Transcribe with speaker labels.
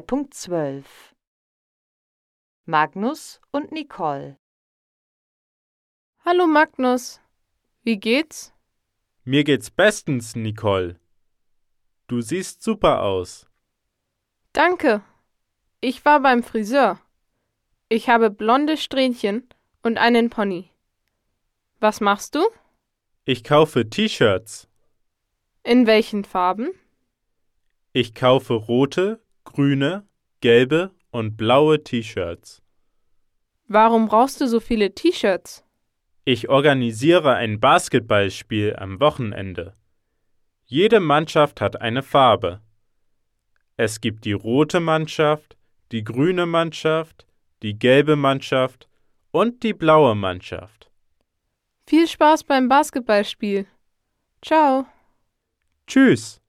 Speaker 1: 3.12 Magnus und Nicole
Speaker 2: Hallo Magnus, wie geht's?
Speaker 3: Mir geht's bestens, Nicole. Du siehst super aus.
Speaker 2: Danke. Ich war beim Friseur. Ich habe blonde Strähnchen und einen Pony. Was machst du?
Speaker 3: Ich kaufe T-Shirts.
Speaker 2: In welchen Farben?
Speaker 3: Ich kaufe rote, grüne, gelbe und blaue T-Shirts.
Speaker 2: Warum brauchst du so viele T-Shirts?
Speaker 3: Ich organisiere ein Basketballspiel am Wochenende. Jede Mannschaft hat eine Farbe. Es gibt die rote Mannschaft, die grüne Mannschaft, die gelbe Mannschaft und die blaue Mannschaft.
Speaker 2: Viel Spaß beim Basketballspiel. Ciao.
Speaker 3: Tschüss!